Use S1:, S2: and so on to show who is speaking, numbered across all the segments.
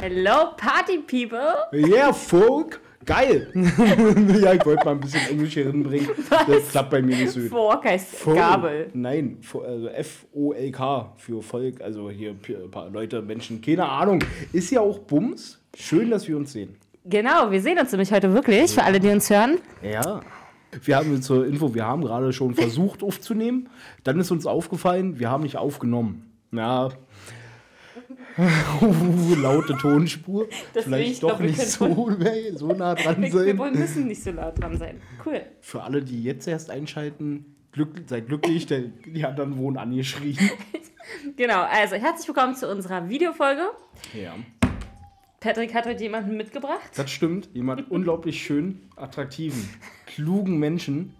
S1: Hello Party People.
S2: Yeah, Folk. Geil. ja, ich wollte mal ein bisschen Englisch hier hinbringen. Das
S1: Was?
S2: klappt bei mir nicht so gut.
S1: Fork heißt
S2: Folk.
S1: Gabel.
S2: Nein, Fo- also F-O-L-K für Volk. Also hier p- ein paar Leute, Menschen, keine Ahnung. Ist ja auch Bums. Schön, dass wir uns sehen.
S1: Genau, wir sehen uns nämlich heute wirklich, für alle, die uns hören.
S2: Ja. Wir haben zur Info, wir haben gerade schon versucht aufzunehmen. Dann ist uns aufgefallen, wir haben nicht aufgenommen. Ja. Laute Tonspur.
S1: Das
S2: Vielleicht
S1: riecht,
S2: doch
S1: glaub, wir
S2: nicht so, so nah dran
S1: Wir, wir
S2: sein.
S1: wollen- müssen nicht so laut dran sein. Cool.
S2: Für alle, die jetzt erst einschalten, glück, seid glücklich, denn die anderen wurden angeschrien.
S1: Genau, also herzlich willkommen zu unserer Videofolge.
S2: Ja.
S1: Patrick hat heute jemanden mitgebracht.
S2: Das stimmt. Jemand unglaublich schön, attraktiven, klugen Menschen.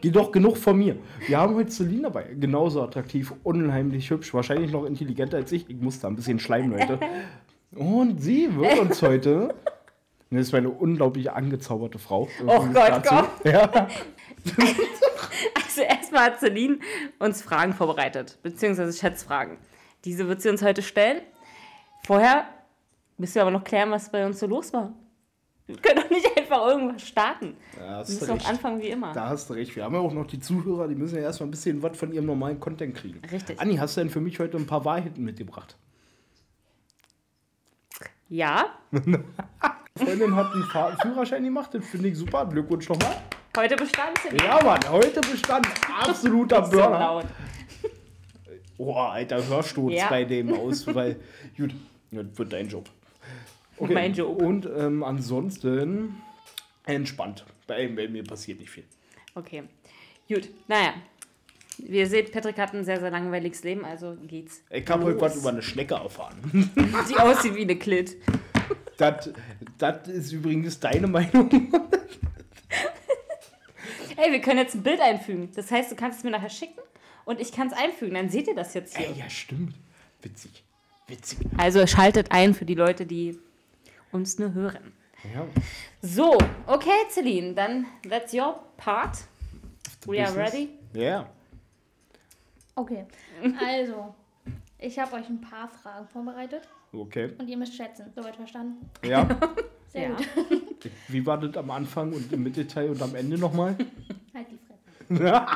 S2: Jedoch genug von mir. Wir haben heute Celine dabei. Genauso attraktiv, unheimlich hübsch, wahrscheinlich noch intelligenter als ich. Ich muss da ein bisschen schleimen, Leute. Und sie wird uns heute. Das ist meine unglaublich angezauberte Frau.
S1: Oh Gott,
S2: Dazu. Ja.
S1: Also erstmal hat Celine uns Fragen vorbereitet, beziehungsweise Schätzfragen. Diese wird sie uns heute stellen. Vorher müssen wir aber noch klären, was bei uns so los war. Wir können doch nicht einfach irgendwas starten.
S2: Da
S1: Wir
S2: hast
S1: müssen
S2: du
S1: doch
S2: recht.
S1: anfangen wie immer.
S2: Da hast du recht. Wir haben ja auch noch die Zuhörer, die müssen ja erstmal ein bisschen was von ihrem normalen Content kriegen.
S1: Richtig.
S2: Anni, hast du denn für mich heute ein paar Wahrheiten mitgebracht?
S1: Ja,
S2: Freundin hat einen Fahr- Führerschein gemacht, den finde ich super. Glückwunsch nochmal.
S1: heute bestand Celine.
S2: Ja, Mann, heute bestand absoluter
S1: so
S2: Burner.
S1: laut.
S2: Boah, alter Hörsturz
S1: Ja.
S2: bei dem Ausfall. Gut, das wird dein Job. Okay.
S1: Mein Job.
S2: Und ähm, ansonsten entspannt. Bei, bei mir passiert nicht viel.
S1: Okay. Gut, naja. Wie ihr seht, Patrick hat ein sehr, sehr langweiliges Leben, also geht's.
S2: Ich habe heute
S1: los.
S2: was über eine Schnecke erfahren.
S1: Die aussieht wie eine Klit.
S2: Das das ist übrigens deine Meinung.
S1: Ey, wir können jetzt ein Bild einfügen. Das heißt, du kannst es mir nachher schicken und ich kann es einfügen. Dann seht ihr das jetzt hier.
S2: Ey, ja, stimmt. Witzig. Witzig.
S1: Also schaltet ein für die Leute, die uns nur hören.
S2: Ja.
S1: So, okay, Celine, dann that's your part. We are ready.
S2: Ja.
S3: Okay, also, ich habe euch ein paar Fragen vorbereitet
S2: Okay.
S3: und ihr müsst schätzen. Soweit verstanden?
S2: Ja.
S3: Sehr
S1: Ja.
S3: gut.
S2: Wie war das am Anfang und im Mittelteil und am Ende nochmal?
S3: Halt die Fresse.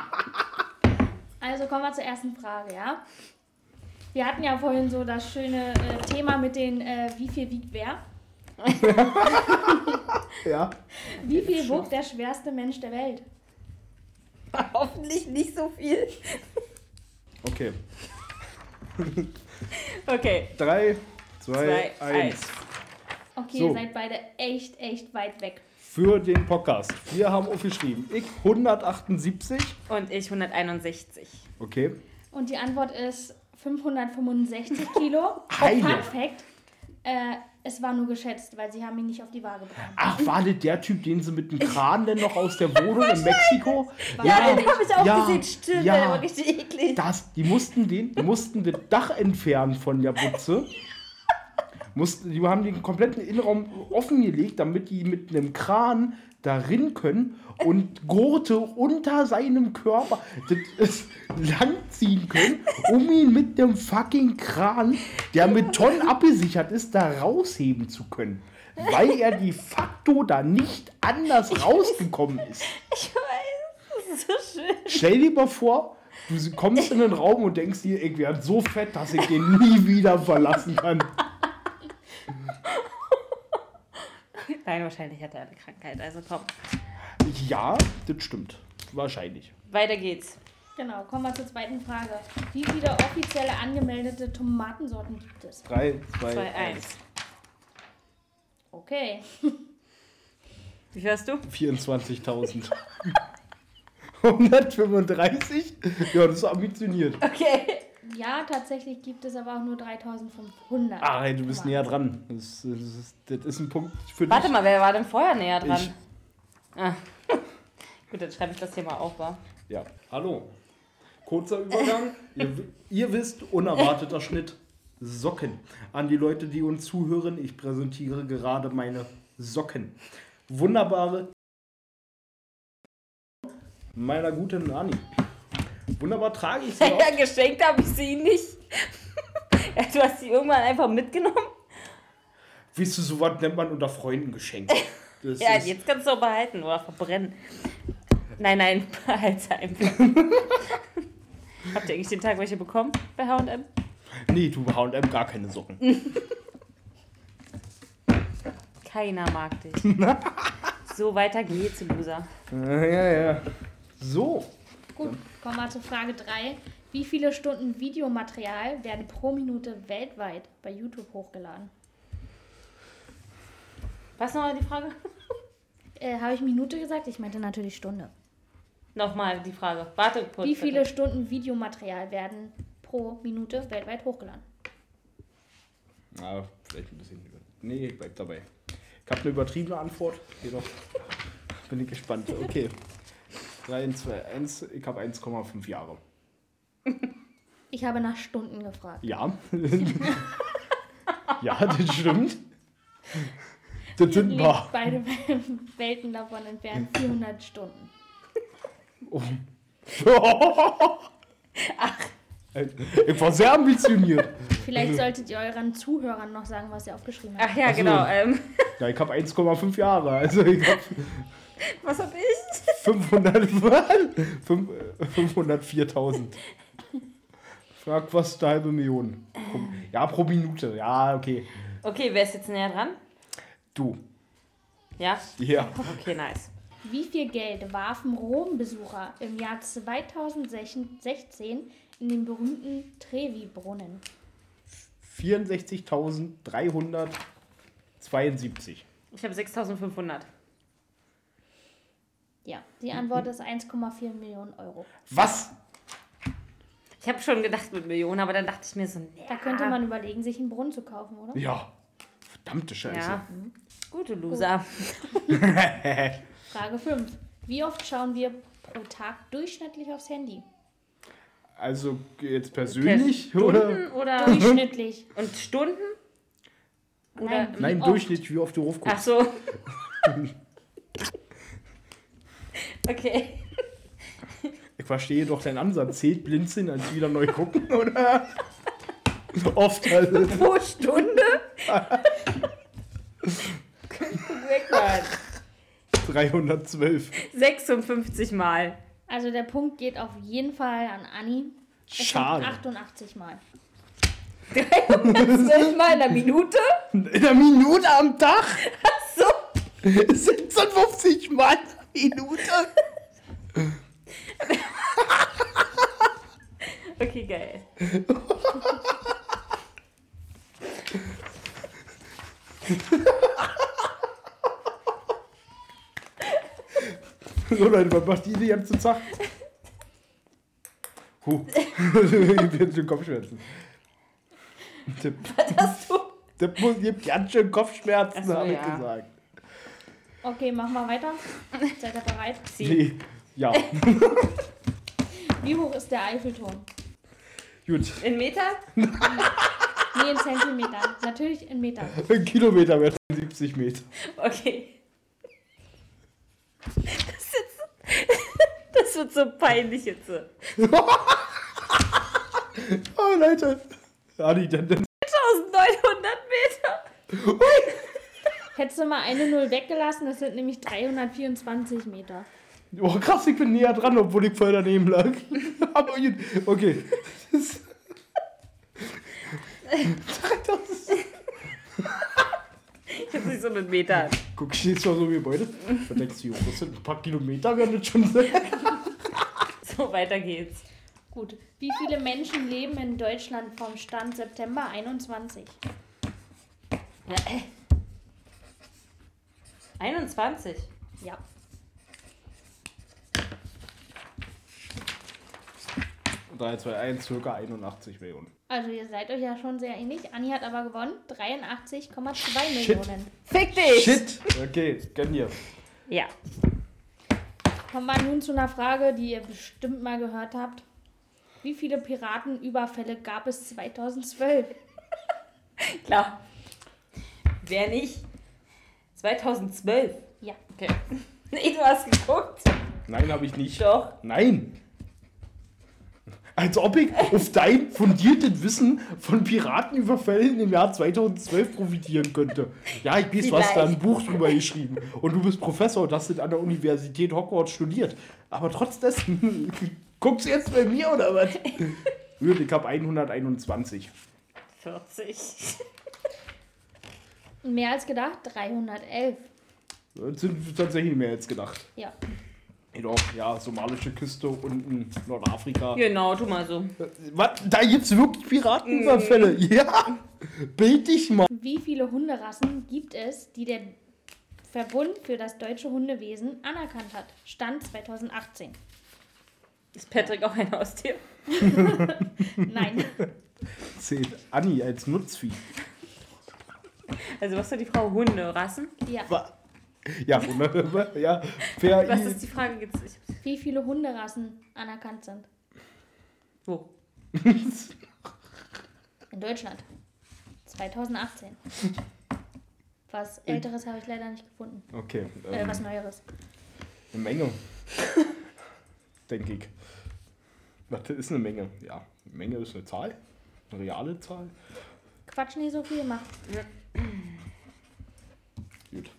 S3: also kommen wir zur ersten Frage, ja? Wir hatten ja vorhin so das schöne äh, Thema mit den, äh, wie viel wiegt wer?
S2: Ja.
S3: Wie viel wog der schwerste Mensch der Welt?
S1: Hoffentlich nicht so viel.
S2: Okay.
S1: Okay.
S2: Drei, zwei,
S1: Zwei,
S2: eins.
S1: eins.
S3: Okay,
S2: So.
S3: ihr seid beide echt, echt weit weg.
S2: Für den Podcast. Wir haben aufgeschrieben. Ich 178.
S1: Und ich 161.
S2: Okay.
S3: Und die Antwort ist 565 Kilo. Oh,
S2: Heide.
S3: Fun Fact, äh, es war nur geschätzt, weil sie haben ihn nicht auf die Waage bekommen.
S2: Ach, war das der Typ, den sie mit dem Kran denn noch aus der Wohnung in Mexiko?
S3: Ja, den
S1: habe ich auch
S2: Ja,
S1: gesehen. Stimmt,
S2: ja.
S1: der war richtig eklig.
S2: Das, die mussten den, die mussten das Dach entfernen von der Butze. Mussten, die haben den kompletten Innenraum offen gelegt, damit die mit einem Kran darin können und Gurte unter seinem Körper das ist, langziehen können, um ihn mit dem fucking Kran, der mit Tonnen abgesichert ist, da rausheben zu können. Weil er de facto da nicht anders rausgekommen ist.
S1: Ich weiß, das ist so schön.
S2: Stell dir mal vor, du kommst in den Raum und denkst dir, ich werde so fett, dass ich den nie wieder verlassen kann.
S1: Nein, wahrscheinlich hat er eine Krankheit. Also komm,
S2: Ja, das stimmt. Wahrscheinlich.
S1: weiter geht's.
S3: Genau, kommen wir zur zweiten Frage. Wie viele offizielle angemeldete Tomatensorten gibt es?
S2: 3, 2, 1.
S1: 2-1.
S3: Okay.
S1: Wie fährst du?
S2: 24.000. 135? Ja, das ist ambitioniert.
S1: Okay.
S3: Ja, tatsächlich gibt es aber auch nur 3500.
S2: Ah, hey, du bist näher dran. Das, das, ist, das ist ein Punkt für
S1: Warte
S2: dich.
S1: mal, wer war denn vorher näher dran?
S2: Ich.
S1: Ah. Gut, dann schreibe ich das hier mal auf, wa?
S2: Ja, hallo. Kurzer Übergang. ihr, w- ihr wisst, unerwarteter Schnitt. Socken. An die Leute, die uns zuhören, ich präsentiere gerade meine Socken. Wunderbare meiner guten Nani. Wunderbar trage ich sie auch.
S1: Ja, genau. geschenkt habe ich sie ihm nicht. ja, du hast sie irgendwann einfach mitgenommen.
S2: Weißt du, sowas nennt man unter Freunden geschenkt. Das
S1: Ja,
S2: ist,
S1: jetzt kannst du auch behalten oder verbrennen. Nein, nein, behalte einfach. Habt ihr eigentlich den Tag welche bekommen bei HM?
S2: nee, du HM gar keine Socken.
S1: Keiner mag dich. so weiter geht's, Loser.
S2: ja, ja, ja. So.
S3: Gut, kommen wir zu Frage 3. Wie viele Stunden Videomaterial werden pro Minute weltweit bei YouTube hochgeladen?
S1: Was nochmal die Frage?
S3: Äh, Habe ich Minute gesagt? Ich meinte natürlich Stunde.
S1: Nochmal die Frage. Warte kurz.
S3: Wie viele
S1: bitte.
S3: Stunden Videomaterial werden pro Minute weltweit hochgeladen?
S2: Na, vielleicht ein bisschen über. Nee, bleib dabei. Ich habe eine übertriebene Antwort. Jedoch bin ich gespannt. Okay. 3, 2, 1. Ich habe 1,5 Jahre.
S3: Ich habe nach Stunden gefragt.
S2: Ja. ja, das stimmt. Das sind ein
S3: Liegt
S2: paar.
S3: beide Welten davon entfernt. 400 Stunden.
S2: Ich war sehr ambitioniert.
S3: Vielleicht solltet ihr euren Zuhörern noch sagen, was ihr aufgeschrieben habt.
S1: Ach ja,
S2: Ach so.
S1: genau. Ähm,
S2: Ja, ich habe 1,5 Jahre. Also ich habe
S1: was hab ich?
S2: 500 fünf- äh, 504.000. Frag was eine halbe Million. Pro- Ja, pro Minute. Ja, okay.
S1: Okay, wer ist jetzt näher dran?
S2: Du.
S1: Ja?
S2: Ja.
S1: Okay, nice.
S3: Wie viel Geld warfen Rom-Besucher im Jahr 2016 in den berühmten Trevi-Brunnen?
S2: 64.372.
S1: Ich habe 6500.
S3: Ja, die Antwort ist 1,4 Millionen Euro.
S2: Was?
S1: Ich habe schon gedacht mit Millionen, aber dann dachte ich mir so, nee.
S3: Da könnte man überlegen, sich einen Brunnen zu kaufen, oder?
S2: Ja. Verdammte Scheiße.
S1: Ja. Gute Loser.
S3: Frage 5. Wie oft schauen wir pro Tag durchschnittlich aufs Handy?
S2: Also jetzt persönlich
S1: Mhm.
S2: oder?
S1: Äh, Stunden oder?
S3: Durchschnittlich.
S1: Und Stunden? Oder?
S3: Nein.
S1: im-
S2: Nein,
S3: Wie oft?
S2: durchschnittlich, wie oft du
S1: Ach
S2: raufguckst.
S1: so. okay.
S2: Ich verstehe doch deinen Ansatz. Zählt Blinzeln als wieder neu gucken, oder? Oft halt.
S1: Pro Stunde? Weg mal.
S2: 312.
S1: 56 Mal.
S3: Also der Punkt geht auf jeden Fall an Anni. Es sind
S2: Schade.
S3: 88 Mal.
S1: 12 Mal in der Minute?
S2: In einer Minute am Tag?
S1: So.
S2: 56 Mal in einer Minute?
S1: Okay, geil.
S2: So Leute, was macht ihr die ganze Zeit? Huh. ich bin schon Kopfschmerzen. Das,
S1: Hast du?
S2: das muss, gibt ganz schön Kopfschmerzen,
S1: Ach so,
S2: habe ich
S1: ja.
S2: gesagt.
S3: Okay, machen wir weiter. Seid ihr bereit?
S1: Sie.
S2: Nee. Ja,
S3: Wie hoch ist der Eiffelturm?
S2: gut.
S1: In Meter?
S3: Nee, in Zentimetern. Natürlich in Metern.
S2: Ein Kilometer wäre 70 Meter.
S1: Okay. Das, ist jetzt, das wird so peinlich jetzt.
S2: Oh, Leute. Adi, dann, dann.
S1: 1900 Meter.
S3: Hättest du mal eine Null weggelassen, das sind nämlich 324 Meter.
S2: Oh, krass, ich bin näher dran, obwohl ich voll daneben lag. Aber gut, okay. Das ist- Das ist-
S1: Ich hab's nicht so mit Metern.
S2: Guck, stehst du auf so einem Gebäude? Dann denkst du, jo, das sind ein paar Kilometer, werden das schon sein.
S1: So, weiter geht's.
S3: Gut. Wie viele Menschen leben in Deutschland vom Stand September 21?
S1: Ja, äh. 21.
S3: Ja.
S2: Und 3, 2, 1, circa 81 Millionen.
S3: Also ihr seid euch ja schon sehr ähnlich. Anni hat aber gewonnen. 83,2
S2: Shit.
S3: Millionen.
S1: Fick dich!
S2: Shit! Okay, gönn dir.
S1: Ja.
S3: Kommen wir nun zu einer Frage, die ihr bestimmt mal gehört habt. Wie viele Piratenüberfälle gab es 2012?
S1: Klar. Wer nicht? 2012.
S3: Ja.
S1: Okay. Nee, du hast geguckt.
S2: Nein, habe ich nicht.
S1: Doch.
S2: Nein! Als ob ich auf dein fundiertes Wissen von Piratenüberfällen im Jahr 2012 profitieren könnte. Ja, ich weiß, du hast da ein
S1: Vielleicht.
S2: Buch drüber geschrieben. Und du bist Professor und hast das an der Universität Hogwarts studiert. Aber trotz dessen, guckst du jetzt bei mir oder was? Gut, Ich habe 121.
S1: 40.
S3: Mehr als gedacht, 311.
S2: Das Ne, sind tatsächlich mehr als gedacht.
S3: Ja.
S2: Genau, ja, somalische Küste unten Nordafrika.
S1: Genau, tu mal so.
S2: Was? Da gibt's wirklich Piratenüberfälle? Ja! Bild dich mal!
S3: Wie viele Hunderassen gibt es, die der Verbund für das deutsche Hundewesen anerkannt hat? Stand 2018.
S1: Ist Patrick auch ein Haustier?
S3: Nein.
S2: Zählt Anni als Nutzvieh.
S1: Also, was hat die Frau? Hunde, Rassen?
S3: Ja.
S2: Wa- Ja, wunderbar. Ja, fair.
S1: Was ist die Frage? Gibt's? Ich hab's.
S3: Wie viele Hunderassen anerkannt sind?
S1: Wo?
S3: In Deutschland. 2018. Was Älteres habe ich leider nicht gefunden.
S2: Okay,
S3: Äh,
S2: ähm,
S3: was Neueres.
S2: eine Menge. Denke ich. Warte, ist eine Menge. Ja, eine Menge ist eine Zahl. Eine reale Zahl.
S3: Quatsch nicht so viel, mach.
S2: Gut.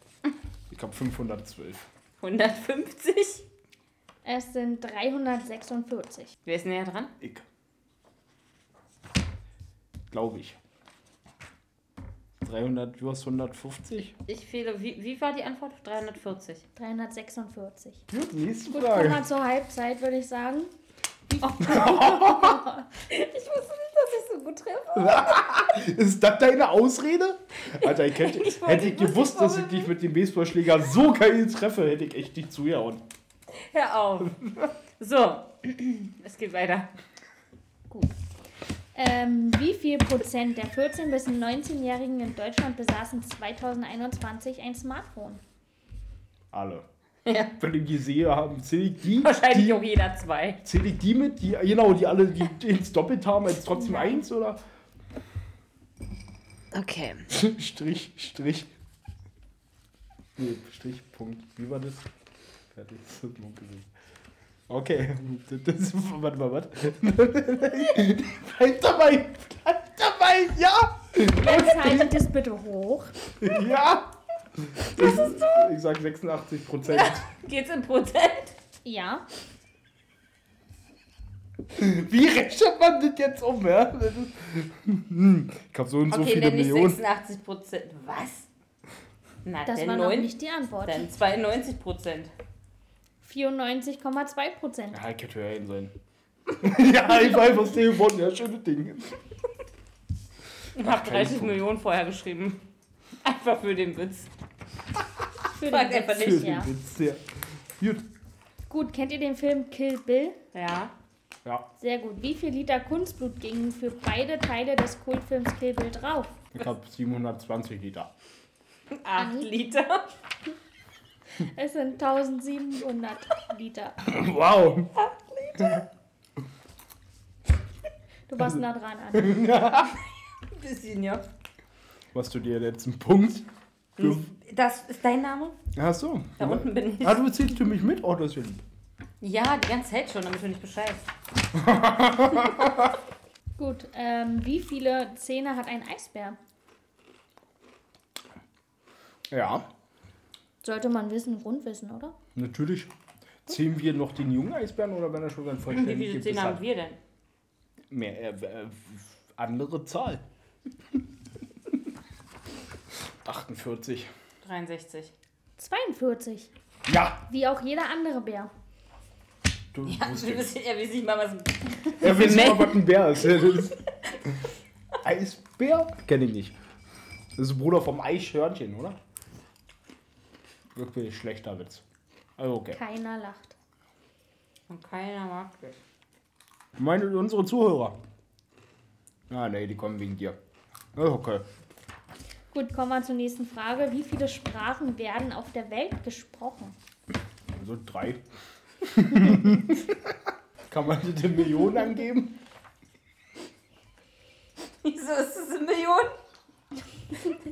S2: Ich habe 512.
S1: 150?
S3: Es sind 346.
S1: Wer ist näher dran?
S2: Ich. Glaube ich. 300, du hast 150?
S1: Ich fehle. Wie, wie war die Antwort? 340.
S3: 346.
S2: Gut, nächste
S3: Gut, kommen wir zur Halbzeit, würde ich sagen.
S1: Ich wusste nicht, dass ich so gut treffe.
S2: Ist das deine Ausrede? Alter, ich hätte,
S1: Ich wollte-
S2: hätte ich
S1: ich wusste,
S2: gewusst, dass ich dich mit dem Baseballschläger so geil treffe, hätte ich echt dich zugehauen.
S1: Hör auf. So, es geht weiter.
S3: Gut. Ähm, wie viel Prozent der 14- bis 19-Jährigen in Deutschland besaßen 2021 ein Smartphone?
S2: Alle.
S1: Ja.
S2: Wenn ich die sehe, haben zähle ich die,
S1: Wahrscheinlich auch
S2: die,
S1: jeder zwei.
S2: zähl ich die mit, die genau, die alle die ins Doppelt haben, als trotzdem
S3: Nein.
S2: eins oder?
S1: Okay.
S2: Strich, Strich. Nee, Strich, Punkt. Wie war das? Fertig. das ist dunkel. Okay, das ist. Warte mal, was? Bleib dabei! Bleib dabei! Ja!
S3: Jetzt haltet es bitte hoch.
S2: Ja! Das ist, ich sag 86 Prozent.
S1: Geht's in Prozent?
S3: Ja.
S2: Wie rechnet man das jetzt um? Ja? Das ist, hm, ich hab so und so
S1: okay,
S2: viele
S1: dann nicht
S2: Millionen.
S1: 86 Prozent. Was? Na,
S3: Das war
S1: dann,
S3: noch
S1: neun,
S3: nicht die Antwort.
S1: dann 92 Prozent.
S3: 94,2 Prozent.
S2: Ja, ich hätte höher hin sein. ja, ich weiß, was der gewonnen Ja, schönes Ding.
S1: Ich habe
S2: kein
S1: 30
S2: Punkt.
S1: Millionen vorher geschrieben. Einfach für den Witz.
S3: Für
S1: Fragt
S3: den
S1: einfach
S3: Witz.
S2: Für
S1: nicht.
S2: den
S3: Ja.
S2: Witz, ja. Gut.
S3: Gut, kennt ihr den Film Kill Bill?
S1: Ja.
S2: Ja,
S3: Sehr gut. Wie viel Liter Kunstblut gingen für beide Teile des Kultfilms Kill Bill drauf?
S2: ich habe 720 Liter.
S1: 8
S3: Anni?
S1: Liter.
S3: Es sind 1700 Liter.
S2: Wow.
S3: Du warst nah dran, Anne.
S1: Bisschen, ja.
S2: Was du dir letzten Punkt? Für,
S1: Das ist dein Name?
S2: ach so.
S1: Hm. Da unten bin ich.
S2: Ah, du zählst für mich mit? Oh, das ist ja lieb.
S1: Ja, die ganze Zeit schon, damit du nicht bescheißt.
S3: Gut, ähm, wie viele Zähne hat ein Eisbär?
S2: Ja,
S3: Sollte man wissen, Grundwissen, oder?
S2: natürlich.
S1: Hm?
S2: Zählen wir noch den jungen Eisbären oder wenn er schon sein
S1: Wie viele
S2: vollständiges
S1: Zähne
S2: Biss
S1: Hm, haben
S2: hat?
S1: wir denn?
S2: halt Mehr, äh, äh, andere Zahl. 48.
S1: 63.
S3: 42.
S2: Ja,
S3: Wie auch jeder andere Bär.
S2: du
S1: Ja,
S2: wusstest.
S1: wir wissen, er weiß nicht mal, was.
S2: Er will
S1: Mensch.
S2: nicht mal, was ein Bär ist. Das ist- Eisbär? Kenne ich nicht. Das ist ein Bruder vom Eichhörnchen, oder? Wirklich schlechter Witz. Also okay.
S3: Keiner lacht.
S1: Und keiner mag das.
S2: Meine unsere Zuhörer. Ah, nee, die kommen wegen dir. Ja, Okay.
S3: Gut, kommen wir zur nächsten Frage. Wie viele Sprachen werden auf der Welt gesprochen?
S2: Also drei. Kann man das in Millionen angeben?
S1: Wieso ist es eine Million?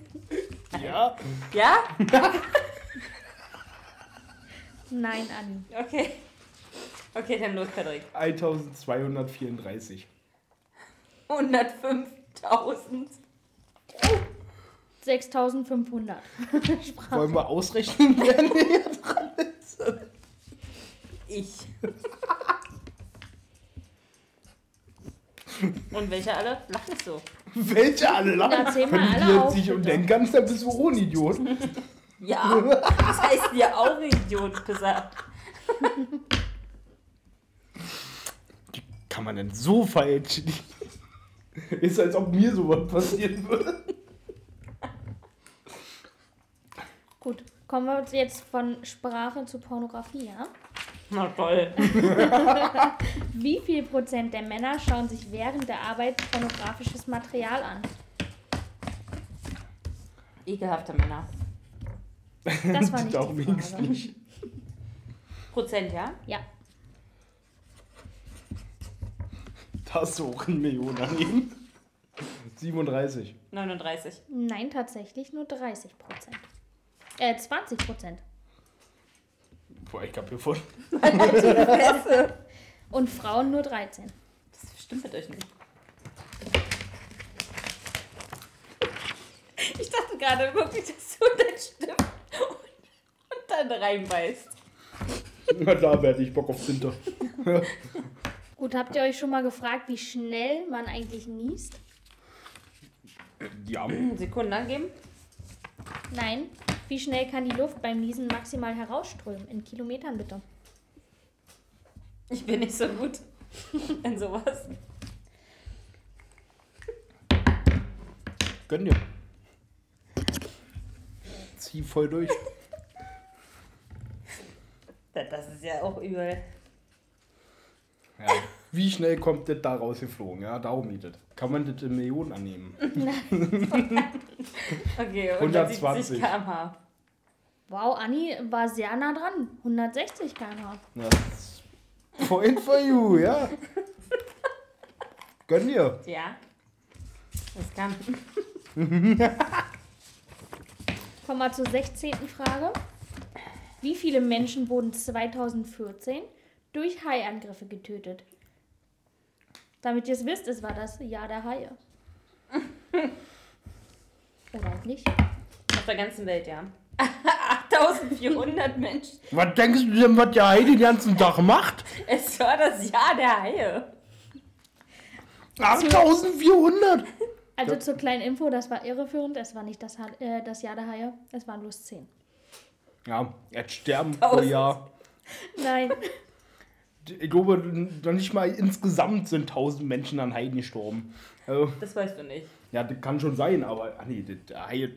S2: Ja.
S1: Ja?
S3: Nein, Anni.
S1: Okay. Okay, dann los, Frederik.
S2: 1234.
S1: 105.000.
S3: 6500.
S2: Wollen wir ausrechnen, wer näher dran ist?
S1: Ich. Und welche alle? Lacht nicht so.
S2: Welche alle
S3: Na,
S2: lachen?
S3: zähl mal
S2: Wenn
S3: alle
S2: die
S3: auf,
S2: jetzt sich um
S3: bitte.
S2: und denken kannst, dann bist du auch ein Idiot.
S1: Ja, das heißt ja auch Idiot gesagt.
S2: Kann man denn so falsch Ist, als ob mir sowas passieren würde.
S3: Gut, kommen wir jetzt von Sprache zu Pornografie, ja?
S1: Na toll.
S3: Wie viel Prozent der Männer schauen sich während der Arbeit pornografisches Material an?
S1: Ekelhafte Männer.
S3: Das war nicht
S2: Darum
S3: die
S2: ging's
S3: Frage.
S2: nicht.
S1: Prozent, ja?
S3: Ja,
S2: Da hast du auch eine Million daneben. 37.
S1: 39.
S3: nein, tatsächlich nur 30 Prozent. Äh, 20 Prozent.
S2: Boah, ich hab hier voll.
S3: Und Frauen nur 13.
S1: Das stimmt mit euch nicht. Ich dachte gerade wirklich, dass du dein Stift und, und dann reinbeißt.
S2: Na, da werde ich Bock auf Zinter.
S3: Gut, habt ihr euch schon mal gefragt, wie schnell man eigentlich niest?
S2: Ja.
S1: Sekunden angeben?
S3: Nein. Wie schnell kann die Luft beim Niesen maximal herausströmen? In Kilometern bitte.
S1: Ich bin nicht so gut in sowas.
S2: Gönn dir. Zieh voll durch.
S1: Das- Das ist ja auch übel.
S2: Ja. Wie schnell kommt das da rausgeflogen? Ja, darum geht das. Kann man das in Millionen annehmen?
S1: Okay,
S2: 120.
S1: 170 km/h.
S3: Wow, Anni war sehr nah dran. 160 km/h.
S2: Ja. Point for you, ja. Gönn dir.
S1: Ja. Das kann.
S3: Kommen wir zur 16. Frage. Wie viele Menschen wurden 2014 durch Haiangriffe getötet? Damit ihr es wisst, es war das Jahr der Haie. Oder auch nicht.
S1: Auf der ganzen Welt, ja. 8400 Menschen.
S2: Was denkst du denn, was der Heidi den ganzen Tag macht?
S1: Es war das Jahr der Haie.
S2: 8400!
S3: Also zur kleinen Info, das war irreführend. Es war nicht das, Ha- äh, das Jahr der Haie. Es waren bloß 10.
S2: Ja, jetzt sterben pro
S1: Tausend.
S2: Jahr.
S3: Nein.
S2: Ich glaube, noch nicht mal insgesamt sind 1000 Menschen an Heiden gestorben. Also,
S1: Das weißt du nicht.
S2: ja, das kann schon sein, aber ach nee, das Haie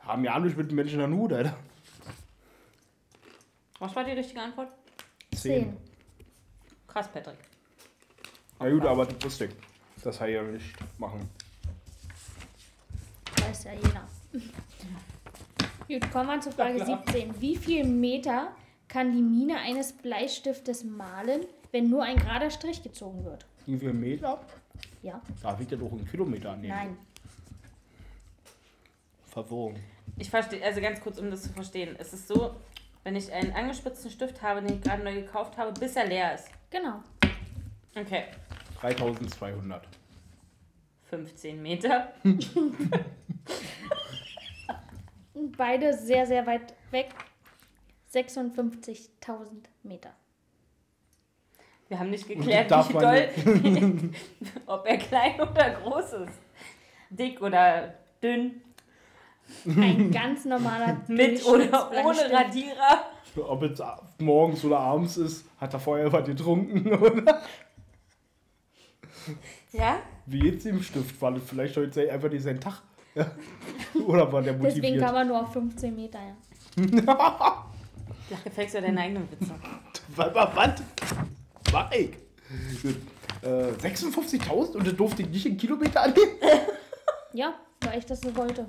S2: haben ja nichts mit den Menschen an Hut, Alter.
S1: Was war die richtige Antwort?
S2: Zehn.
S1: Krass, Patrick.
S2: Na gut, aber das wusste ich. Das Haie nicht machen.
S3: Weiß ja jeder. Gut, kommen wir zur Frage
S2: Ja, klar.
S3: 17. Wie viel Meter kann die Mine eines Bleistiftes malen, wenn nur ein gerader Strich gezogen wird?
S2: Wie viel Meter?
S3: Ja,
S2: Darf ich das auch einen Kilometer annehmen?
S3: nein.
S2: Verwirrung.
S1: Ich verstehe, also ganz kurz, um das zu verstehen. Es ist so, wenn ich einen angespitzten Stift habe, den ich gerade neu gekauft habe, bis er leer ist.
S3: Genau.
S1: Okay.
S2: 3200.
S1: 15 Meter.
S3: Und beide sehr, sehr weit weg. 56.000 Meter.
S1: Wir haben nicht geklärt,
S2: darf
S1: wie
S2: man
S1: doll, ob er klein oder groß ist. Dick oder dünn,
S3: Ein ganz normaler
S1: mit oder ohne
S3: Durchschnittsbleistift.
S1: Radierer.
S2: Ob jetzt morgens oder abends ist, hat er vorher was getrunken, oder?
S1: Ja?
S2: Wie geht's ihm im Stift? War das vielleicht heute einfach nicht sein Tag? Ja. Oder war der motiviert?
S3: Deswegen kann man nur auf 15 Meter, ja.
S1: Vielleicht gefällst du deine eigenen Witze.
S2: Was? was? Mach ich. Gut. Äh, 56.000 und das durfte ich nicht in Kilometer annehmen?
S3: Ja, weil ich das so wollte.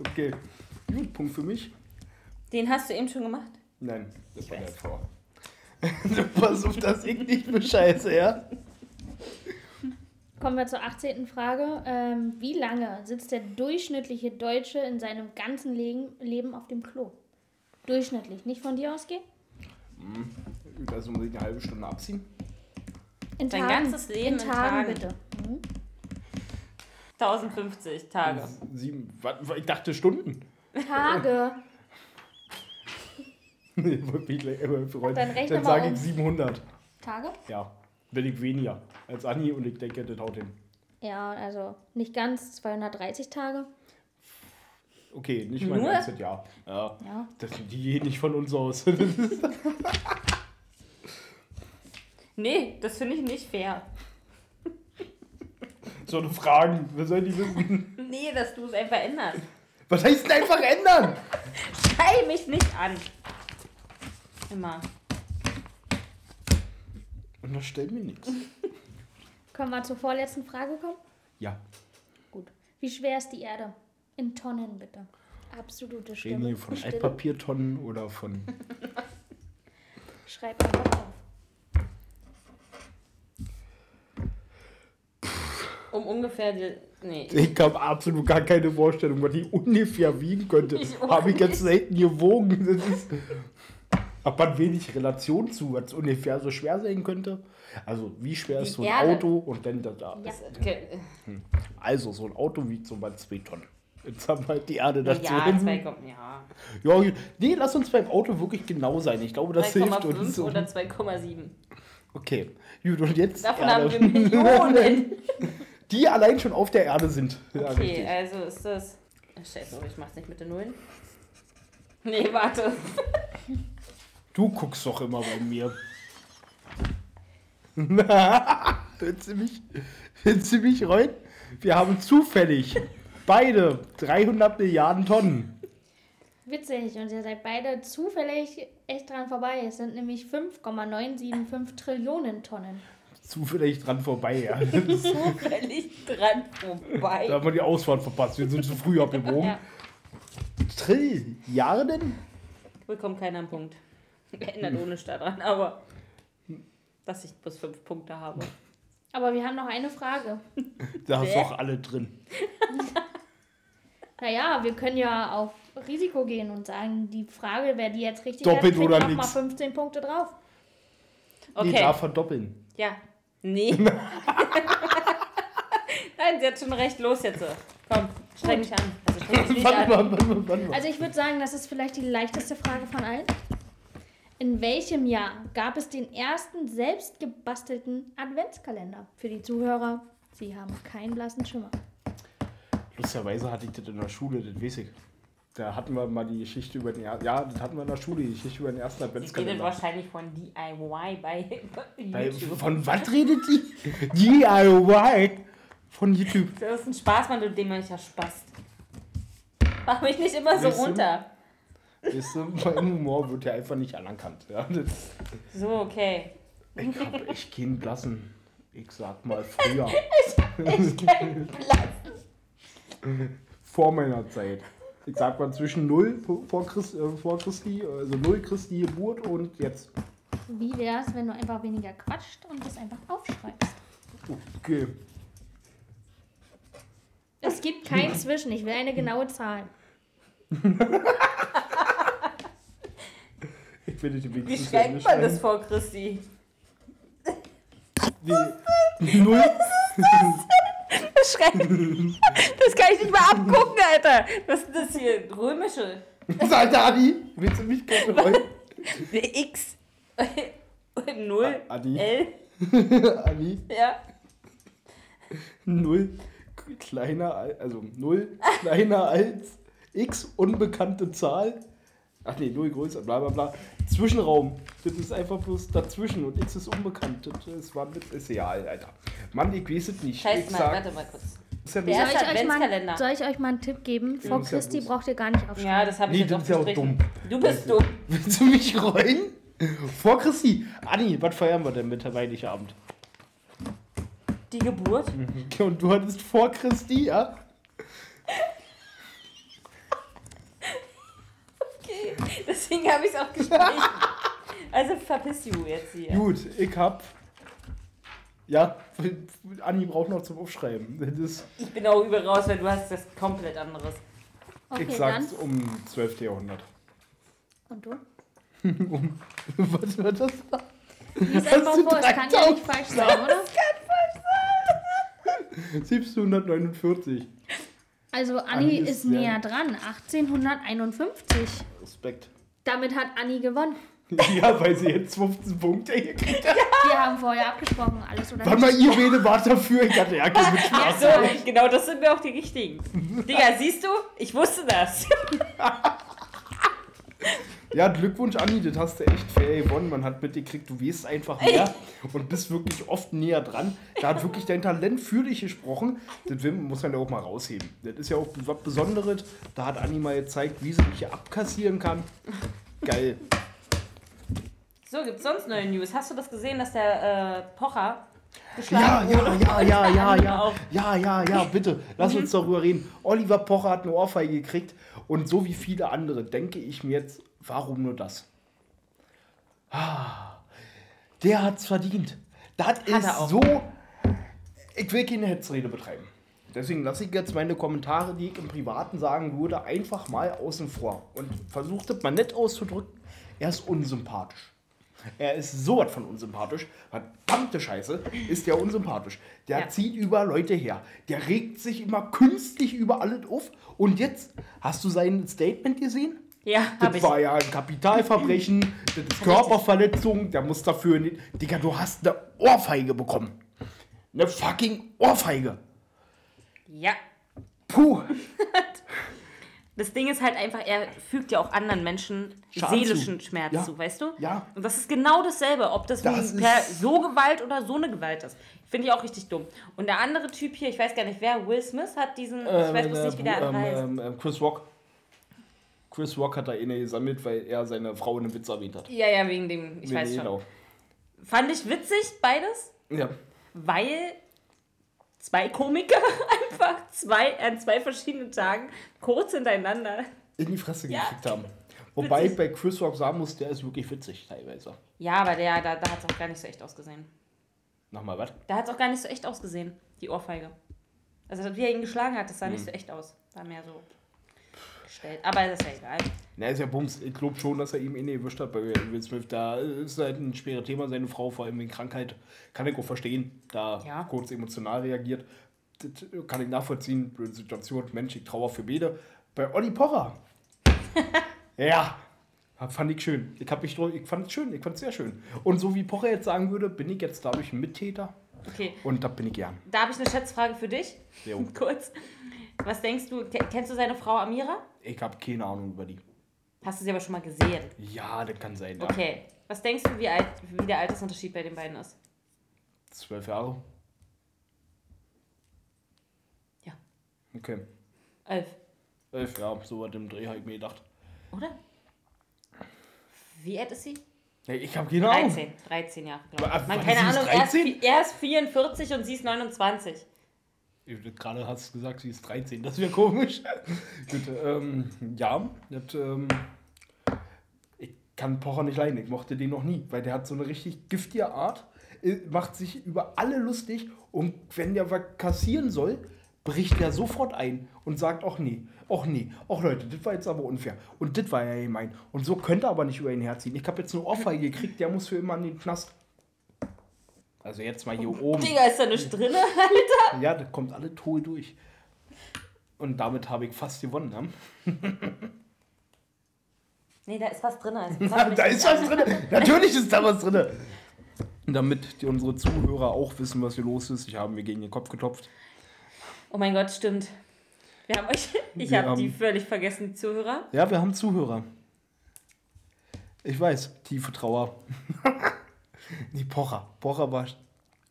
S2: Okay. Gut, Punkt für mich.
S1: Den hast du eben schon gemacht?
S2: Nein, das war der Frau. Versuch, dass ich nicht bescheiße, ja?
S3: Kommen wir zur 18. Frage. Ähm, wie lange sitzt der durchschnittliche Deutsche in seinem ganzen Leben, Leben auf dem Klo? Durchschnittlich. Nicht von dir ausgehen?
S2: Gut, also muss ich eine halbe Stunde abziehen.
S3: In
S1: Dein
S3: Tagen,
S1: ganzes Leben
S3: in
S1: in Tagen.
S3: Tagen, bitte.
S1: 1050 Tage.
S2: Mhm. Sieben, was, ich dachte Stunden.
S3: Tage.
S2: Nee, wollte mich gleich immer bereuen.
S3: Dann rechne
S2: Dann
S3: mal
S2: sage
S3: um.
S2: ich 700.
S3: Tage?
S2: Ja, wenn ich weniger als Anni und ich denke, das haut hin.
S3: Ja, also nicht ganz 230 Tage.
S2: Okay, nicht mein
S1: Nur?
S2: ganzes Jahr. Ja.
S3: Ja.
S2: Das, die gehen nicht von uns aus.
S1: Nee, das finde ich nicht fair.
S2: so eine Fragen, was sollen die wissen?
S1: Nee, dass du es einfach änderst.
S2: Was heißt denn einfach ändern?
S1: Schrei mich nicht an. Immer.
S2: Und das stellt mir nichts.
S3: Können wir zur vorletzten Frage kommen?
S2: Ja,
S3: Gut. Wie schwer ist die Erde? In Tonnen bitte. Absolute
S2: reden
S3: Stimme.
S2: wir von
S3: Stille.
S2: Altpapiertonnen oder von.
S3: Schreib einfach auf.
S1: Um ungefähr die. Nee.
S2: Ich habe absolut gar keine Vorstellung, was die ungefähr wiegen könnte.
S1: Ich auch
S2: Habe ich jetzt selten gewogen. Das ist, hat man wenig Relation zu, was ungefähr so schwer sein könnte. Also, wie schwer ist so ein
S1: Erde.
S2: Auto und dann das da.
S3: Ja.
S1: Okay.
S2: Also, so ein Auto wiegt so mal zwei Tonnen. Jetzt haben wir halt die Erde dazu.
S1: Ja, 2, Komma- ja.
S2: Ja, gut. nee, lass uns beim Auto wirklich genau sein. Ich glaube, das hilft uns.
S1: 2,5 oder 2,7.
S2: Okay, gut, und jetzt
S1: Davon
S2: Erde.
S1: haben wir Millionen.
S2: die allein schon auf der Erde sind. Ja,
S1: Okay,
S2: richtig.
S1: also ist das. Ach, Scheiße, aber ich mach's nicht mit den Nullen. Nee, warte.
S2: Du guckst doch immer bei mir. Willst du mich, willst du mich reuen? Wir haben zufällig beide 300 Milliarden Tonnen.
S3: Witzig, und ihr seid beide zufällig echt dran vorbei. Es sind nämlich 5,975 Trillionen Tonnen.
S2: Zufällig dran vorbei. Ja. Da
S1: Zufällig dran vorbei.
S2: haben wir die Ausfahrt verpasst. Wir sind zu früh abgebogen.
S1: Ja.
S2: Trilliarden?
S1: Bekommt keiner einen Punkt. Ändert ohne Stadt dran, aber. Dass ich bloß fünf Punkte habe.
S3: Aber wir haben noch eine Frage.
S2: Da ist doch alle drin.
S3: Naja, wir können ja auf Risiko gehen und sagen, die Frage, wer die jetzt richtig
S2: Doppelt
S3: kriegt
S2: oder
S3: noch mal
S2: nix.
S3: 15 Punkte drauf.
S2: Die da
S1: Okay.
S2: verdoppeln.
S1: Ja. Nee. Nein, sie hat schon recht. Los jetzt. Komm, streng dich an. Also streng dich nicht
S2: Warte
S1: an.
S2: mal, warte mal, warte mal.
S3: Also ich würde sagen, das ist vielleicht die leichteste Frage von allen. In welchem Jahr gab es den ersten selbstgebastelten Adventskalender? Für die Zuhörer, sie haben keinen blassen Schimmer.
S2: Lustigerweise hatte ich das in der Schule, das weiß ich. Da hatten wir mal die Geschichte über den ersten, ja, das hatten wir in der Schule, die Geschichte über den ersten
S1: Sie redet
S2: Adventskalender.
S1: wahrscheinlich von DIY bei
S2: Weil,
S1: YouTube.
S2: von was redet die? DIY von YouTube.
S1: Das ist ein Spaßmann, du dämlicher Spast. Mach mich nicht immer so
S2: Siehst du?
S1: runter.
S2: Weißt du, mein Humor wird ja einfach nicht anerkannt. Ja, das,
S1: So, okay.
S2: ich hab echt keinen blassen. Ich sag mal früher. vor meiner Zeit. Ich sag mal zwischen 0 vor, Christ, äh, vor Christi, also 0 Christi Geburt und jetzt.
S3: Wie wär's, wenn du einfach weniger quatscht und das einfach aufschreibst?
S2: Okay.
S3: Es gibt kein Zwischen, ich will eine genaue Zahl.
S2: Ich finde die
S1: Wie schreibt man das vor Christi?
S2: Die 0
S1: Das kann ich nicht mal abgucken, Alter. Was ist das hier? Römische.
S2: Seid Adi? Willst du mich gerade rollen?
S1: X. Null.
S2: Ah, Adi.
S1: L.
S2: Adi,
S1: Ja.
S2: null kleiner, al- also null kleiner als x unbekannte Zahl. Ach nee, null größer, bla bla bla. Zwischenraum. Das ist einfach bloß dazwischen und x ist unbekannt. Das ist, war mit, ist ja, Alter. Mann, ich weiß es nicht.
S1: Scheiß
S2: ich
S1: mal, warte mal kurz.
S2: ist ja
S1: Der
S2: bloß-
S1: Erster Adventskalender.
S3: mal, soll ich euch mal einen Tipp geben? Vor
S2: muss ja
S3: Christi
S2: bloß-
S3: braucht ihr gar nicht aufschreiben.
S1: Ja, das habe ich
S2: Nee,
S1: jetzt
S2: das
S1: auch
S2: ist ja auch
S1: gestrichen.
S2: dumm.
S1: Du bist dumm.
S2: Willst du mich rollen? Vor Christi. Anni, was feiern wir denn mit Heiligabend?
S1: Die Geburt?
S2: Mhm. Und du hattest vor Christi, ja?
S1: Okay. Deswegen habe ich es auch gestrichen. Also verpiss du jetzt hier.
S2: Gut, ich hab. Ja, Anni braucht noch zum Aufschreiben. Das ist,
S1: Ich bin auch übel raus, weil du hast das komplett anderes.
S3: okay,
S2: ich
S3: dann.
S2: sag's um 12. Jahrhundert.
S3: Und du?
S2: Um, was war das?
S3: Lies
S2: Hast
S3: einfach
S2: du
S3: vor, es kann ja
S2: 3000
S3: nicht falsch sein, oder?
S2: 1749.
S3: Also Anni
S2: Anni
S3: ist,
S2: ist sehr-
S3: näher dran. 1851.
S2: Respekt.
S3: Damit hat Anni gewonnen.
S2: Ja, weil sie jetzt 15 Punkte gekriegt hat.
S3: Wir haben vorher abgesprochen, alles oder
S2: Warte
S3: nichts.
S2: mal, ihr Rede war dafür. Ich dachte, ja, komm mit Spaß.
S1: So, genau das sind mir auch die richtigen. Digga, siehst du? Ich wusste das.
S2: Ja, Glückwunsch, Anni, das hast du echt fair gewonnen. Man hat mitgekriegt, du weißt einfach mehr und bist wirklich oft näher dran. Da hat wirklich dein Talent für dich gesprochen. Das will- muss man ja auch mal rausheben. Das ist ja auch was Besonderes. Da hat Anni mal gezeigt, wie sie mich hier abkassieren kann. Geil.
S1: So, gibt's sonst neue News? Hast du das gesehen, dass der äh, Pocher
S2: Ja,
S1: geschlagen
S2: ja, ja, ja, ja, ja,
S1: Auf.
S2: ja, ja, ja, bitte. Lass uns darüber reden. Oliver Pocher hat eine Ohrfeige gekriegt und so wie viele andere denke ich mir jetzt, warum nur das? Ah, Der hat's verdient. Das
S1: er
S2: ist
S1: auch.
S2: so. Ich will keine Hetzrede betreiben. Deswegen lasse ich jetzt meine Kommentare, die ich im Privaten sagen würde, einfach mal außen vor und versucht das mal nett auszudrücken. Er ist unsympathisch. Er ist sowas von unsympathisch. Verdammte Scheiße, ist der unsympathisch. Der
S1: Ja.
S2: zieht über Leute her. Der regt sich immer künstlich über alles auf. Und jetzt, hast du sein Statement gesehen?
S1: Ja, hab
S2: Das
S1: ich.
S2: war ja ein Kapitalverbrechen, das ist Körperverletzung, der muss dafür nicht. Digga, du hast eine Ohrfeige bekommen. Eine fucking Ohrfeige.
S1: Ja.
S2: Puh.
S1: Das Ding ist halt einfach, er fügt ja auch anderen Menschen
S2: Schaden zu.
S1: seelischen Schmerz
S2: Ja.
S1: zu, weißt du?
S2: Ja.
S1: Und das ist genau dasselbe, ob das,
S2: Das
S1: nun per
S2: ist-
S1: so Gewalt oder so eine Gewalt ist. Finde ich auch richtig dumm. Und der andere Typ hier, ich weiß gar nicht wer, Will Smith hat diesen, ich weiß bloß nicht, wie der andere heißt.
S2: ähm, ähm, Chris Rock. Chris Rock hat da eine gesammelt, weil er seine Frau in einem Witz erwähnt hat.
S1: Ja, ja, wegen dem, ich
S2: Nee,
S1: weiß
S2: nee,
S1: schon.
S2: genau.
S1: Fand ich witzig, beides,
S2: Ja.
S1: weil zwei Komiker einfach zwei, an zwei verschiedenen Tagen kurz hintereinander.
S2: In die Fresse
S1: Ja.
S2: gekriegt haben. Wobei ich
S1: Witzig.
S2: bei Chris Rock sagen muss, der ist wirklich witzig teilweise.
S1: Ja, aber der, da, da hat es auch gar nicht so echt ausgesehen.
S2: Nochmal was?
S1: Da hat es auch gar nicht so echt ausgesehen, die Ohrfeige. Also, wie er ihn geschlagen hat, das
S2: Mhm.
S1: sah nicht so echt aus. War mehr so gestellt. Aber das ist ja egal.
S2: Na, ist ja Bums. Ich glaube schon, dass er ihm in die erwischt hat bei Will Smith. Da ist halt ein schweres Thema. Seine Frau, vor allem wegen Krankheit, kann ich auch verstehen. Da
S1: Ja.
S2: kurz emotional reagiert. Das äh, kann ich nachvollziehen. Blöde Situation. Mensch, ich trauer für beide. Bei Olli Pocher. ja. Fand ich schön. Ich, hab mich, drü- ich fand es schön. Ich fand es sehr schön. Und so wie Pocher jetzt sagen würde, bin ich jetzt dadurch ein Mittäter.
S1: Okay,
S2: Und da bin ich gern.
S1: da habe ich eine Schätzfrage für dich.
S2: Jo.
S1: Kurz. Was denkst du, ke- kennst du seine Frau Amira?
S2: Ich habe keine Ahnung über die.
S1: Hast du sie aber schon mal gesehen?
S2: Ja, das kann sein. Ja.
S1: Okay. Was denkst du, wie, alt, wie der Altersunterschied bei den beiden ist?
S2: Zwölf Jahre.
S1: Ja.
S2: Okay.
S1: Elf,
S2: Elf, ja, so bei dem Dreh habe ich mir gedacht.
S1: oder? Wie alt ist sie?
S2: Nee, ich genau habe keine Ahnung.
S1: 13, 13 Jahre, glaube
S2: Wa-
S1: ich. Man,
S2: was,
S1: keine
S2: sie ist
S1: Ahnung, er ist,
S2: 13?
S1: vi- er ist 44 und sie ist 29.
S2: Ich- Gerade hast du gesagt, sie ist 13. Das wäre komisch. Gut, ähm, ja, das, ähm, ich kann Pocher nicht leiden. Ich mochte den noch nie, weil der hat so eine richtig giftige Art, äh, macht sich über alle lustig und wenn der was kassieren soll, bricht der sofort ein und sagt, ach nee, ach nee, ach Leute, das war jetzt aber unfair und das war ja gemein und so könnte er aber nicht über ihn herziehen. Ich habe jetzt eine Ohrfeige gekriegt, der muss für immer in den Knast. Also jetzt mal hier oben.
S1: Digga, ist da nichts drin?
S2: Ja, da kommt alle Tool durch. Und damit habe ich fast gewonnen. Ne?
S1: Nee, da ist was also, drin.
S2: da ist was drin. Natürlich ist da was drin. Damit die, unsere Zuhörer auch wissen, was hier los ist. Ich habe mir gegen den Kopf getopft.
S1: Oh mein Gott, stimmt. Wir haben euch. Ich
S2: Wir
S1: habe die
S2: haben-
S1: völlig vergessen, die Zuhörer.
S2: Ja, wir haben Zuhörer. Ich weiß, tiefe Trauer. die Pocher. Pocher war,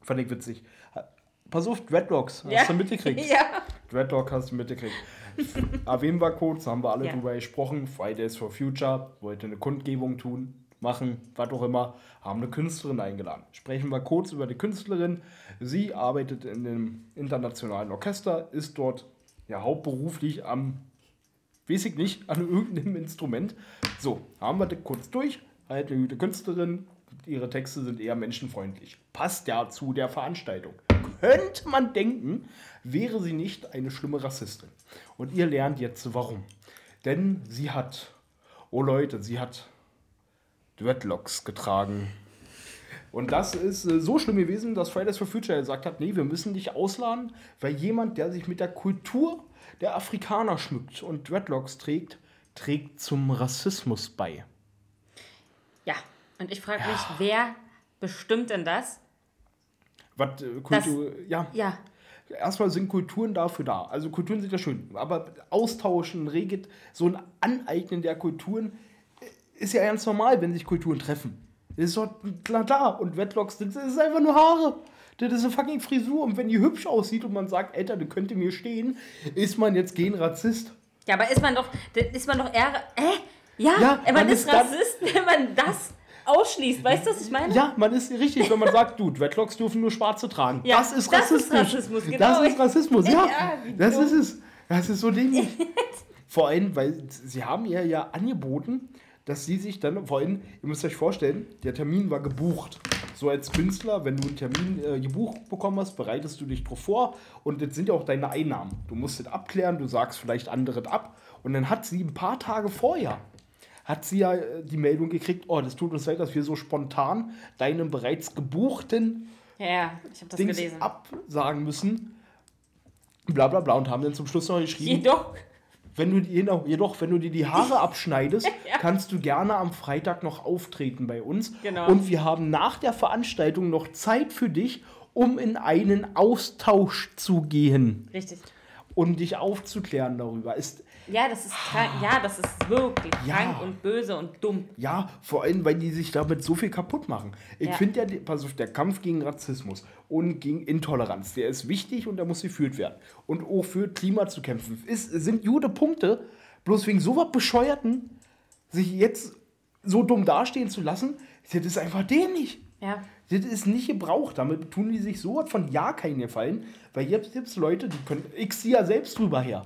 S2: fand ich witzig. Pass auf, Dreadlocks. Hast du mitgekriegt?
S1: Ja.
S2: Dreadlock hast du mitgekriegt. Erwähnen wir kurz, haben wir alle
S1: Ja.
S2: drüber gesprochen. Fridays for Future wollte eine Kundgebung tun, machen, was auch immer. Haben eine Künstlerin eingeladen. Sprechen wir kurz über die Künstlerin. Sie arbeitet in einem internationalen Orchester, ist dort ja hauptberuflich am, weiß ich nicht, an irgendeinem Instrument. So, haben wir das kurz durch. Halt eine gute Künstlerin. Ihre Texte sind eher menschenfreundlich. Passt ja zu der Veranstaltung. Könnte man denken, wäre sie nicht eine schlimme Rassistin. Und ihr lernt jetzt warum. Denn sie hat, oh Leute, sie hat Dreadlocks getragen. Und das ist äh, so schlimm gewesen, dass Fridays for Future gesagt hat, nee, wir müssen dich ausladen, weil jemand, der sich mit der Kultur der Afrikaner schmückt und Dreadlocks trägt, trägt zum Rassismus bei.
S1: Ja, und ich frage mich, wer bestimmt denn das?
S2: Was äh, Kultur, ja,
S1: Ja,
S2: erstmal sind Kulturen dafür da. Also Kulturen sind ja schön, aber austauschen, reget, so ein Aneignen der Kulturen äh, ist ja ganz normal, wenn sich Kulturen treffen. Das ist doch klar da. Und Wetlocks, das ist einfach nur Haare. Das ist eine fucking Frisur. Und wenn die hübsch aussieht und man sagt, Alter, das könnte mir stehen, ist man jetzt gegen Rassist.
S1: ja aber ist man doch, dann ist man doch eher, äh? Ja,
S2: Ja,
S1: man
S2: man
S1: ist
S2: ist dann-
S1: Rassist, wenn man das ausschließt. Weißt du, was ich meine?
S2: Ja, man ist richtig, wenn man sagt, du, Dreadlocks dürfen nur Schwarze tragen.
S1: Ja,
S2: das ist
S1: das ist
S2: Rassismus.
S1: Rassismus, genau.
S2: Das ist Rassismus, ja.
S1: Ja, wie
S2: das
S1: dumm.
S2: ist es. Das ist so dämlich. vor allem, weil sie haben ihr ja angeboten, dass sie sich dann, vor allem, ihr müsst euch vorstellen, der Termin war gebucht. So als Künstler, wenn du einen Termin äh, gebucht bekommen hast, bereitest du dich drauf vor und das sind ja auch deine Einnahmen. Du musst das abklären, du sagst vielleicht anderes ab und dann hat sie ein paar Tage vorher hat sie ja äh, die Meldung gekriegt, oh, das tut uns leid, dass wir so spontan deinen bereits gebuchten
S1: Ja, ja ich habe das
S2: Dings
S1: gelesen.
S2: absagen müssen. Bla bla bla und haben dann zum Schluss noch geschrieben,
S1: Jedoch,
S2: wenn du, jedoch, jedoch, wenn du dir die Haare abschneidest,
S1: Ja.
S2: kannst du gerne am Freitag noch auftreten bei uns.
S1: Genau.
S2: Und wir haben nach der Veranstaltung noch Zeit für dich, um in einen Austausch zu gehen,
S1: richtig.
S2: um dich aufzuklären darüber. Ist,
S1: Ja, das ist, krank. ja, das ist wirklich
S2: Ah. Ja.
S1: krank und böse und dumm.
S2: Ja, vor allem, weil die sich damit so viel kaputt machen. Ich
S1: Ja.
S2: finde ja, die- pass auf, der Kampf gegen Rassismus und gegen Intoleranz, der ist wichtig und der muss geführt werden. Und auch für Klima zu kämpfen. Ist, sind gute Punkte, bloß wegen sowas Bescheuerten, sich jetzt so dumm dastehen zu lassen, das ist einfach dämlich.
S1: Ja,
S2: Das ist nicht gebraucht. Damit tun die sich so was von ja keinen Gefallen, weil jetzt gibt's Leute, die können ich sie ja selbst drüber her.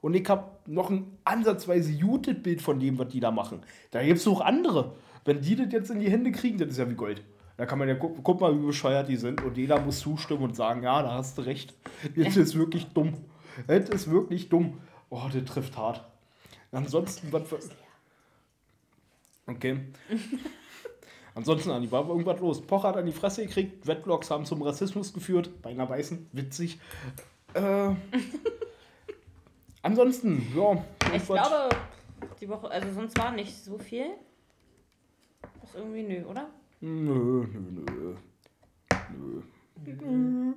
S2: Und ich habe noch ein ansatzweise gutes Bild von dem, was die da machen. Da gibt's noch andere. Wenn die das jetzt in die Hände kriegen, das ist ja wie Gold. Da kann man ja gucken, guck mal, wie bescheuert die sind. Und jeder muss zustimmen und sagen, ja, da hast du recht. Das ist wirklich dumm. Das ist wirklich dumm. Oh, das trifft hart. Ansonsten, was... Okay. Ansonsten, Anni, war irgendwas los? Pocher hat an die Fresse gekriegt, Redblocks haben zum Rassismus geführt, bei einer Weißen, witzig. Äh, ansonsten, ja.
S1: ich
S2: irgendwas-
S1: glaube, die Woche, also sonst war nicht so viel. Ist irgendwie nö, oder?
S2: Nö, nö, nö.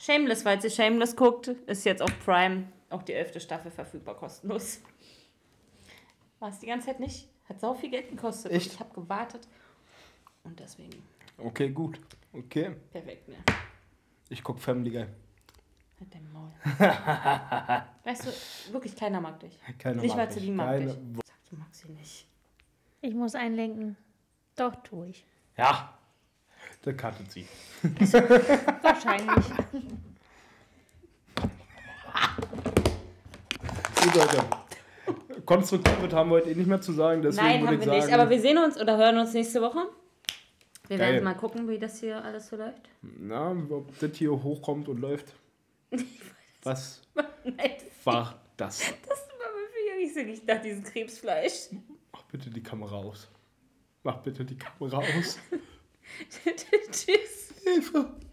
S1: Shameless, falls ihr Shameless guckt, ist jetzt auf Prime auch die elfte Staffel verfügbar, kostenlos. War es die ganze Zeit nicht? Hat sau viel Geld gekostet.
S2: Echt?
S1: Ich habe gewartet. Und deswegen
S2: Okay, gut. Okay.
S1: perfekt, ne?
S2: Ich guck Family Guy.
S1: Halt dein Maul. weißt du, wirklich keiner mag dich.
S2: Keine
S1: nicht
S2: mag
S1: mal
S2: ich.
S1: Celine mag
S2: Keine-
S1: dich. Sag, du magst sie nicht.
S3: Ich muss einlenken. Doch, tue ich.
S2: Ja. Der cuttet sie.
S3: Wahrscheinlich.
S2: Gut, Leute. Konstruktives haben wir heute eh nicht mehr zu sagen, deswegen
S1: Nein,
S2: würde
S1: haben
S2: ich
S1: wir
S2: sagen.
S1: nicht. Aber wir sehen uns oder hören uns nächste Woche. Wir
S2: Geil.
S1: werden mal gucken, wie das hier alles so läuft.
S2: Na, ob das hier hochkommt und läuft. Was
S1: Nein,
S2: war das?
S1: das war mir viel. Ich sehe nicht nach diesem Krebsfleisch.
S2: Mach bitte die Kamera aus. Mach bitte die Kamera aus.
S1: Tschüss.
S2: Hilfe!